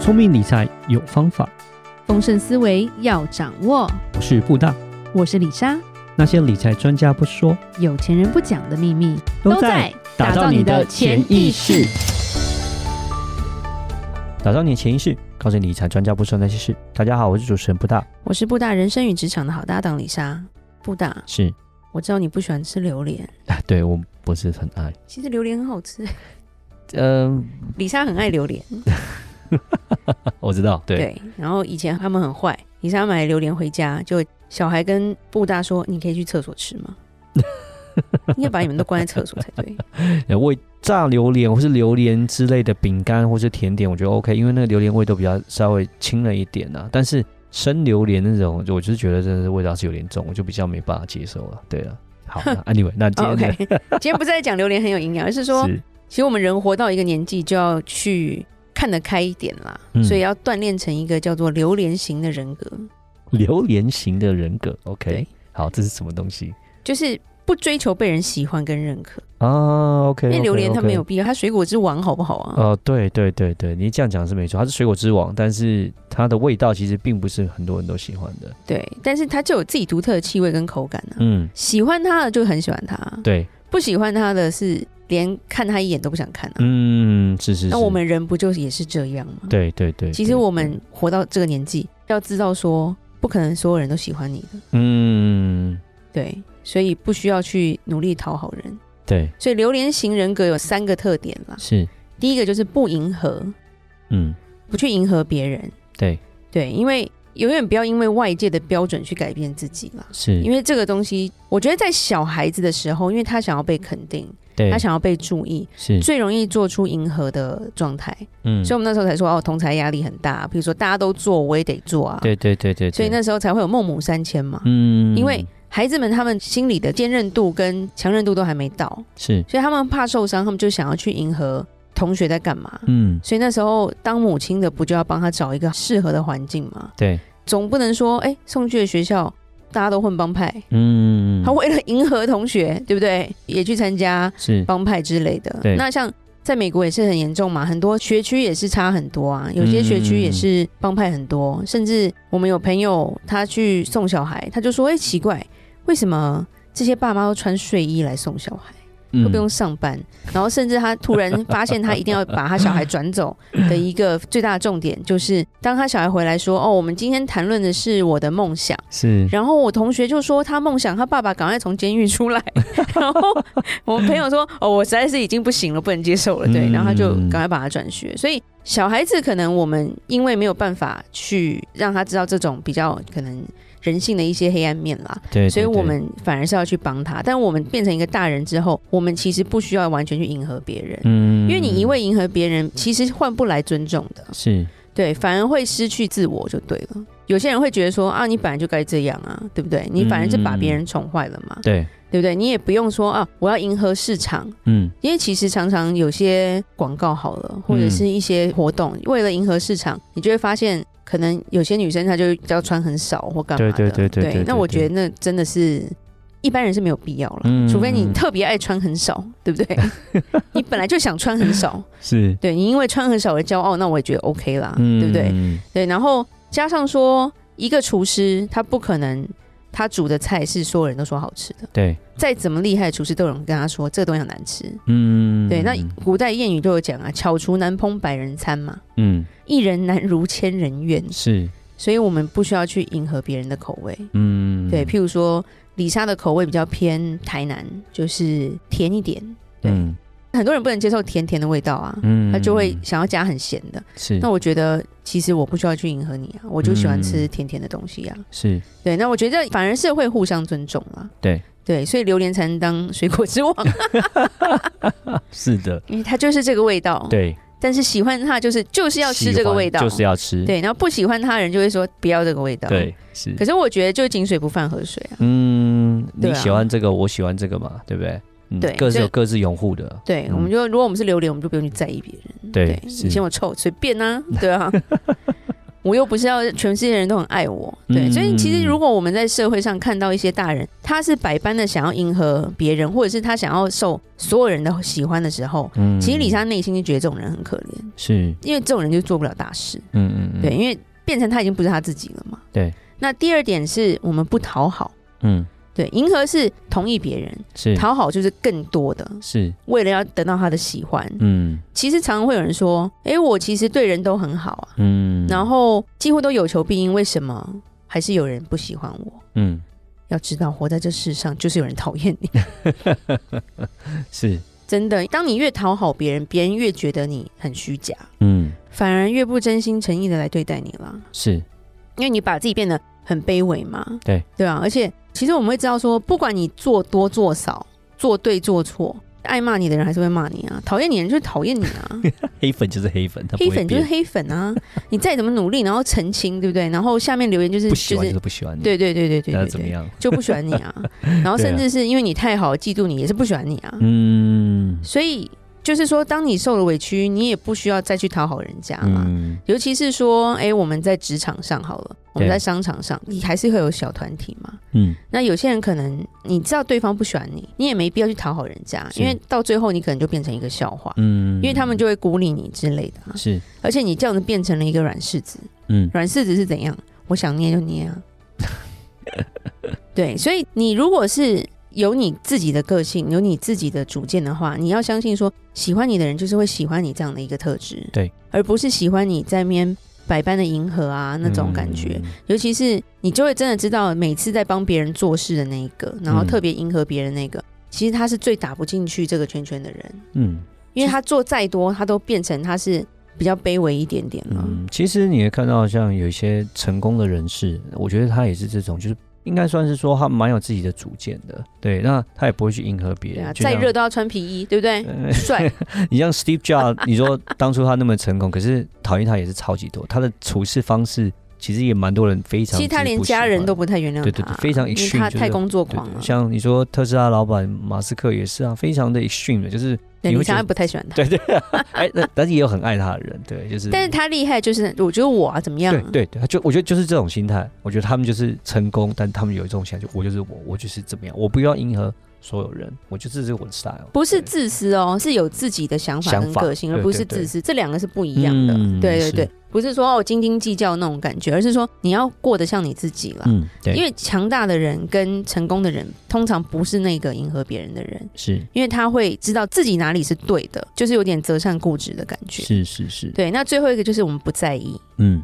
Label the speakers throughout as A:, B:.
A: 聪明理财有方法，
B: 丰盛思维要掌握。
A: 我是布大。
B: 我是李莎，
A: 那些理财专家不说，
B: 有钱人不讲的秘密
A: 打造你的潜意识。，打造你的潜意识，告诉你理财专家不说那些事。大家好，我是主持人布大，
B: 我是布大人生与职场的好搭档李莎。布大，
A: 是，
B: 我知道你不喜欢吃榴莲，
A: 啊对我不是很爱，
B: 其实榴莲很好吃，
A: 嗯、
B: 李莎很爱榴莲。
A: 我知道，对，
B: 对，然后以前他们很坏，李莎买榴莲回家，就小孩跟布大说：“你可以去厕所吃 吗？”应该把你们都关在厕所才对。
A: 呃味炸榴莲或是榴莲之类的饼干或是甜点，我觉得 OK，因为那个榴莲味都比较稍微轻了一点啊。但是生榴莲那种，我就是觉得真的是味道是有点重，我就比较没办法接受了。对啊， 好那，Anyway，那今
B: 哦
A: 天
B: OK，
A: 的、
B: 今天不是在讲榴莲很有营养，而是说，
A: 是
B: 其实我们人活到一个年纪，就要去看得开一点啦，
A: 嗯
B: 所以要锻炼成一个叫做榴莲型的人格，
A: 榴莲型的人格，OK，
B: 对
A: 好，这是什么东西
B: 就是不追求被人喜欢跟认可。
A: 啊？OK，
B: 因为
A: OK，
B: 榴莲它
A: OK
B: 没有必要，它水果之王好不好啊？
A: 呃，对对对对，你这样讲是没错，它是水果之王，但是它的味道其实并不是很多人都喜欢的。
B: 对，但是它就有自己独特的气味跟口感啊。
A: 嗯，
B: 喜欢它的就很喜欢它，
A: 对，
B: 不喜欢它的是连看它一眼都不想看啊。
A: 嗯，是是是。
B: 那我们人不就是也是这样吗？，
A: 对对对，
B: 其
A: 对嗯
B: 实我
A: 对
B: 们活到这个年纪，要知道说，不可能所有人都喜欢你的，
A: 嗯，
B: 对，所以不需要去努力讨好人。
A: 对，
B: 所以榴莲型人格有三个特点啦，
A: 是，
B: 第一个就是不迎合，
A: 嗯，
B: 不去迎合别人，
A: 对，
B: 对，因为永远不要因为外界的标准去改变自己啦。
A: 是，
B: 因
A: 为
B: 为这个东西，我觉得在小孩子的时候，因为他想要被肯定，
A: 对，
B: 他想要被注意，
A: 是，
B: 最容易做出迎合的状态。
A: 嗯
B: 所以我们那时候才说，哦，同才压力很大。比如说大家都做，我也得做啊。
A: 对对对对，
B: 所以
A: 对，
B: 那时候才会有孟母三迁嘛。
A: 嗯，
B: 因为孩子们他们心里的坚韧度跟强韧度都还没到，
A: 是，
B: 所以他们怕受伤，他们就想要去迎合同学在干嘛。
A: 嗯，
B: 所以那时候当母亲的不就要帮他找一个适合的环境吗？
A: 对，
B: 总不能说，哎、送去的学校大家都混帮派，
A: 嗯，
B: 他为了迎合同学，对不对？也去参加
A: 是，
B: 帮派之类的
A: 对。
B: 那像在美国也是很严重嘛，很多学区也是差很多啊，有些学区也
A: 嗯
B: 是帮派很多，甚至我们有朋友他去送小孩，他就说：“哎、奇怪，为什么这些爸妈都穿睡衣来送小孩，
A: 嗯
B: 都不用上班？”然后甚至他突然发现，他一定要把他小孩 转走的一个最大的重点，就是当他小孩回来说：“哦，我们今天谈论的是我的梦想。”
A: 是，
B: 然后我同学就说他梦想他爸爸赶快从监狱出来， 然后我朋友说哦我实在是已经不行了，不能接受了，对，
A: 嗯
B: 然后他就赶快把他转学。所以小孩子可能我们因为没有办法去让他知道这种比较可能人性的一些黑暗面啦，
A: 对，
B: 所以
A: 对
B: 我
A: 对
B: 们反而是要去帮他。但我们变成一个大人之后，我们其实不需要完全去迎合别人，
A: 嗯，
B: 因为你一味迎合别人，其实换不来尊重的。
A: 是，
B: 对，反而会失去自我就对了。有些人会觉得说啊，你本来就该这样啊，对不对？你反而是
A: 嗯
B: 把别人宠坏了嘛，
A: 对，
B: 对不对？你也不用说啊，我要迎合市场，
A: 嗯，
B: 因为其实常常有些广告好了，或者
A: 嗯
B: 是一些活动，为了迎合市场，你就会发现可能有些女生她就要穿很少或干嘛的，
A: 对对对对对对
B: 那我觉得那真的是。一般人是没有必要了，
A: 嗯
B: 除非你
A: 嗯嗯
B: 特别爱穿很少，对不对？你本来就想穿很少，
A: 是，
B: 对你因为穿很少而骄傲，那我也觉得 OK 啦，
A: 嗯，
B: 对不对？
A: 嗯？
B: 对，然后加上说，一个厨师他不可能他煮的菜是所有人都说好吃的，
A: 对，
B: 再怎么厉害的厨师都有人跟他说这个东西很难吃。
A: 嗯，
B: 对，那古代谚语就有讲啊，“巧厨难烹百人餐”嘛，
A: 嗯
B: 一人难如千人愿，
A: 是，
B: 所以我们不需要去迎合别人的口味。
A: 嗯，
B: 对，譬如说李莎的口味比较偏台南，就是甜一点，对
A: 嗯
B: 很多人不能接受甜甜的味道啊，
A: 嗯，
B: 他就会想要加很咸的。
A: 是，
B: 那我觉得其实我不需要去迎合你啊，我就喜欢
A: 嗯
B: 吃甜甜的东西啊。
A: 是，
B: 对，那我觉得反而是会互相尊重啦。
A: 对
B: 对，所以榴莲才能当水 果之王，
A: 是的，
B: 因为它就是这个味道。，
A: 对，
B: 但是喜欢它就是就是要吃这个味道，
A: 喜欢就是要吃，
B: 对。然后不喜欢它的人就会说不要这个味道。。
A: 对是
B: 可。是我觉得就井水不犯河水啊。
A: 嗯，
B: 对
A: 你
B: 啊
A: 喜欢这个，我喜欢这个嘛，对不对？嗯
B: 对
A: 各自
B: 所以
A: 有各自拥护的，
B: 对，
A: 嗯
B: 我们就嗯如果我们是榴莲，我们就不用去在意别人。
A: 对
B: 对，你
A: 是
B: 嫌我臭，随便啊，对啊。我又不是要全世界人都很爱我，对，
A: 嗯
B: 所以其实如果我们在社会上看到一些大人，他是百般的想要迎合别人，或者是他想要受所有人的喜欢的时候，
A: 嗯
B: 其实李莎内心就觉得这种人很可怜，
A: 是，
B: 因为这种人就做不了大事，
A: 嗯嗯嗯，
B: 对，，因为变成他已经不是他自己了嘛。
A: 对。
B: 那第二点是我们不讨好，
A: 嗯
B: 对，迎合是同意别人，
A: 是
B: 讨好就是更多的，
A: 是，
B: 为了要得到他的喜欢。
A: 嗯
B: 其实常常会有人说，诶，我其实对人都很好啊，
A: 嗯，
B: 然后几乎都有求必应，为什么还是有人不喜欢我？
A: 嗯
B: 要知道，活在这世上就是有人讨厌你。
A: 是，
B: 真的，当你越讨好别人，别人越觉得你很虚假，
A: 嗯
B: 反而越不真心诚意的来对待你了，
A: 是，
B: 因为你把自己变得很卑微嘛。
A: 对，
B: 对啊。而且，其实我们会知道说，不管你做多做少，做对做错，爱骂你的人还是会骂你啊，讨厌你的人就是讨厌你 啊。
A: 黑粉就是黑粉，他不
B: 黑
A: 会
B: 粉就是
A: 变
B: 黑粉啊，你再怎么努力，然后澄清，对不对？然后下面留言就是
A: 不喜
B: 就
A: 欢就是是不喜欢你，
B: 对对对对对
A: 那
B: 对
A: 怎么
B: 对，
A: 样？
B: 就不喜欢你 啊。然后甚至是因为你太好，嫉妒你也是不喜欢你啊。
A: 嗯
B: 所以就是说，当你受了委屈，你也不需要再去讨好人家嘛。
A: 嗯
B: 尤其是说，哎、我们在职场上好了，我们
A: 对
B: 在商场上，你还是会有小团体嘛。
A: 嗯
B: 那有些人可能你知道对方不喜欢你，你也没必要去讨好人家，
A: 是
B: 因为到最后你可能就变成一个笑话，
A: 嗯，
B: 因为他们就会孤立你之类的啊、
A: 是
B: 而且你这样子变成了一个软柿子，
A: 嗯
B: 软柿子是怎样？我想捏就捏啊。对，所以你如果是有你自己的个性，有你自己的主见的话，你要相信说，喜欢你的人就是会喜欢你这样的一个特质，
A: 对，
B: 而不是喜欢你在面百般的迎合啊那种感觉。，
A: 嗯
B: 尤其是你就会真的知道，每次在帮别人做事的那一个，然后
A: 嗯
B: 特别迎合别人那个，其实他是最打不进去这个圈圈的人，
A: 嗯
B: 因为他做再多，他都变成他是比较卑微一点点了。
A: 嗯，其实你也看到，像有一些成功的人士，我觉得他也是这种，就是应该算是说他蛮有自己的主见的，对，那他也不会去迎合别
B: 对啊，
A: 人，
B: 再 热都要穿皮衣，对不对？
A: 对
B: 帅，
A: 你像 Steve Jobs，你说当初他那么成功，可是讨厌他也是超级多。他的处事方式其实也蛮多人非常
B: 其实他
A: 之
B: 连
A: 不喜
B: 家人
A: 欢
B: 都不啊太原谅他，
A: 对对对非常
B: 因为他
A: extreme，就是
B: 太工作
A: 对
B: 狂
A: 对
B: 了，
A: 像你说特斯拉老板马斯克也是啊，非常的 extreme 的，就是
B: 对，
A: 你
B: 你
A: 会觉
B: 当
A: 得
B: 然不太喜欢他。
A: 对对， 哎，那但是也有很爱他的人，对，就是。
B: 但是他厉害，就是我觉得我啊怎么样？
A: 对对对，他就我觉得就是这种心态，我觉得他们就是成功，但他们有一种想法，就我就是我，我就是怎么样，我不要迎合所有人，我就这是我的 style，
B: 不是
A: 对
B: 自私哦，是有自己的想法
A: 想
B: 跟
A: 法
B: 个性，而
A: 对
B: 不
A: 对
B: 是
A: 对
B: 自私，这两个是不一样的。
A: 嗯
B: 对对
A: 是
B: 对，不是说哦斤斤计较那种感觉，而是说你要过得像你自己啦。
A: 嗯，对，
B: 因
A: 为
B: 为强大的人跟成功的人，通常不是那个迎合别人的人，
A: 是
B: 因为他会知道自己哪里是对的，就是有点择善固执的感觉。
A: 是是是，
B: 对，那最后一个就是我们不在意，
A: 嗯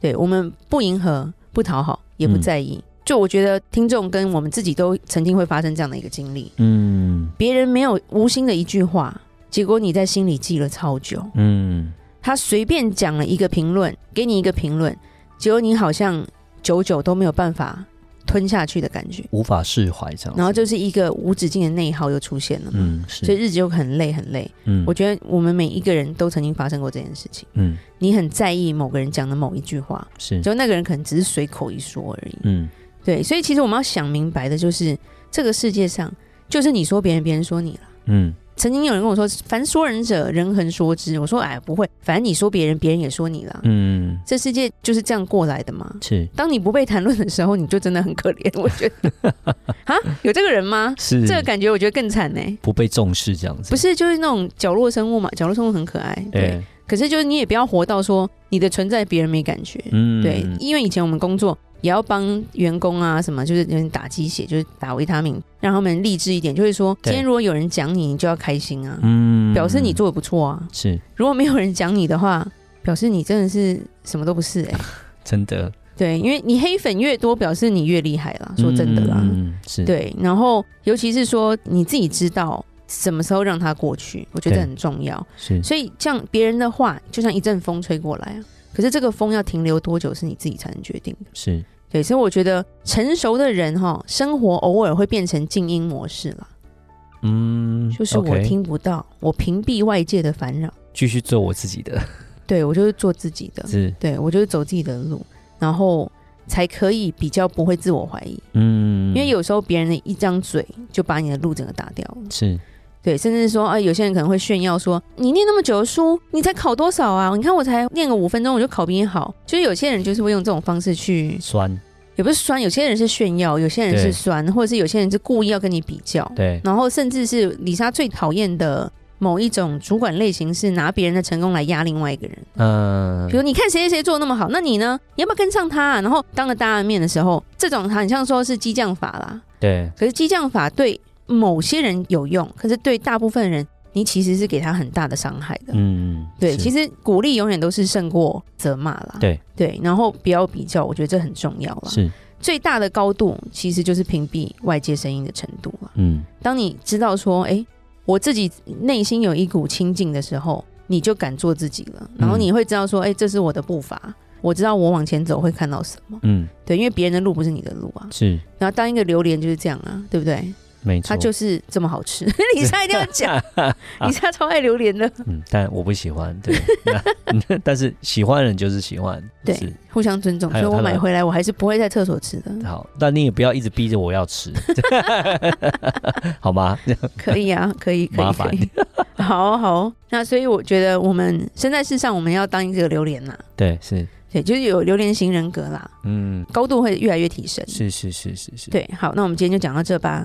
B: 对我们不迎合、不讨好，也不
A: 嗯
B: 在意。就我觉得听众跟我们自己都曾经会发生这样的一个经历，
A: 嗯
B: 别人没有无心的一句话，结果你在心里记了超久。
A: 嗯，
B: 他随便讲了一个评论，给你一个评论，结果你好像久久都没有办法吞下去的感觉，
A: 无法释怀这样子，
B: 然后就是一个无止境的内耗又出现了嘛。
A: 嗯
B: 所以
A: 是，
B: 日子又很累很累，
A: 嗯
B: 我觉得我们每一个人都曾经发生过这件事情。
A: 嗯
B: 你很在意某个人讲的某一句话，
A: 是，
B: 就那个人可能只是随口一说而已。
A: 嗯
B: 对，所以其实我们要想明白的就是，这个世界上就是你说别人，别人说你了。
A: 嗯
B: 曾经有人跟我说“凡说人者，人恒说之”，我说：“哎，不会，反正你说别人，别人也说你啦。
A: 嗯
B: 这世界就是这样过来的嘛。
A: 是
B: 当你不被谈论的时候，你就真的很可怜。 我觉得 啊，有这个人吗？
A: 是
B: 这个感觉我觉得更惨呢、
A: 不被重视这样子，
B: 不是，就是那种角落生物嘛，角落生物很可爱，对。
A: 对，
B: 可是就是你也不要活到说你的存在别人没感觉，
A: 嗯
B: 对，因为以前我们工作也要帮员工啊什么，就是有点打鸡血，就是打维他命，让他们励志一点，就是说，
A: 对
B: 今天如果有人讲你，你就要开心啊，
A: 嗯
B: 表示你做的不错啊。
A: 是
B: 如果没有人讲你的话，表示你真的是什么都不是 哎、
A: 真的，
B: 对，因为你黑粉越多，表示你越厉害啦。说真的啦，
A: 嗯是，
B: 对。然后尤其是说你自己知道什么时候让它过去，我觉得
A: 对
B: 很重要。
A: 是
B: 所以像别人的话，就像一阵风吹过来啊，可是这个风要停留多久，是你自己才能决定的。
A: 是
B: 对，所以我觉得成熟的人哈、生活偶尔会变成静音模式了，
A: 嗯，
B: 就是我
A: OK，
B: 听不到我屏蔽外界的烦扰，
A: 继续做我自己的，
B: 对我就是做自己的，
A: 是
B: 对我就是走自己的路，然后才可以比较不会自我怀疑，
A: 嗯，
B: 因为有时候别人的一张嘴就把你的路整个打掉了。
A: 是
B: 对，甚至说啊，有些人可能会炫耀说，你念那么久的书，你才考多少啊？你看我才念个五分钟，我就考比你好。就是有些人就是会用这种方式去，
A: 酸，
B: 也不是酸，有些人是炫耀，有些人
A: 对
B: 是酸，或者是有些人是故意要跟你比较。
A: 对，
B: 然后甚至是李莎最讨厌的某一种主管类型是拿别人的成功来压另外一个人。
A: 嗯
B: 比，如你看谁谁谁做得那么好，那你呢？你要不要跟上他、啊？然后当着大家的面的时候，这种很像说是激将法啦。
A: 对，
B: 可是激将法对某些人有用，可是对大部分人，你其实是给他很大的伤害的。
A: 嗯，
B: 对，
A: 是
B: 其实鼓励永远都是胜过责骂啦。
A: 对
B: 对，然后不要比较，我觉得这很重要啦。
A: 是，
B: 最大的高度其实就是屏蔽外界声音的程度啦。
A: 嗯，
B: 当你知道说，哎、我自己内心有一股清净的时候，你就敢做自己了。然后你会知道说，哎、这是我的步伐，我知道我往前走会看到什么。
A: 嗯，
B: 对，因为别人的路不是你的路啊。
A: 是，
B: 然后当一个榴莲就是这样啊，对不对？
A: 没错，
B: 它就是这么好吃。 李莎一定要讲，李莎超爱榴莲的。
A: 嗯，但我不喜欢， 对，那但是喜欢的人就是喜欢，
B: 对
A: 是，
B: 互相尊重。
A: 还
B: 所以
A: 有
B: 我
A: 它的
B: 买回来，我还是不会在厕所吃的。
A: 好，但你也不要一直逼着我要吃， 好吗？
B: 可 以啊，可以，可
A: 麻
B: 以，
A: 烦
B: 可以。 好好，那所以我觉得我们身在世上，我们要当一个榴莲呐。
A: 对，是，
B: 对，就是有榴莲型人格啦。
A: 嗯，
B: 高度会越来越提升。
A: 是是是是是。
B: 对，好，那我们今天就讲到这吧。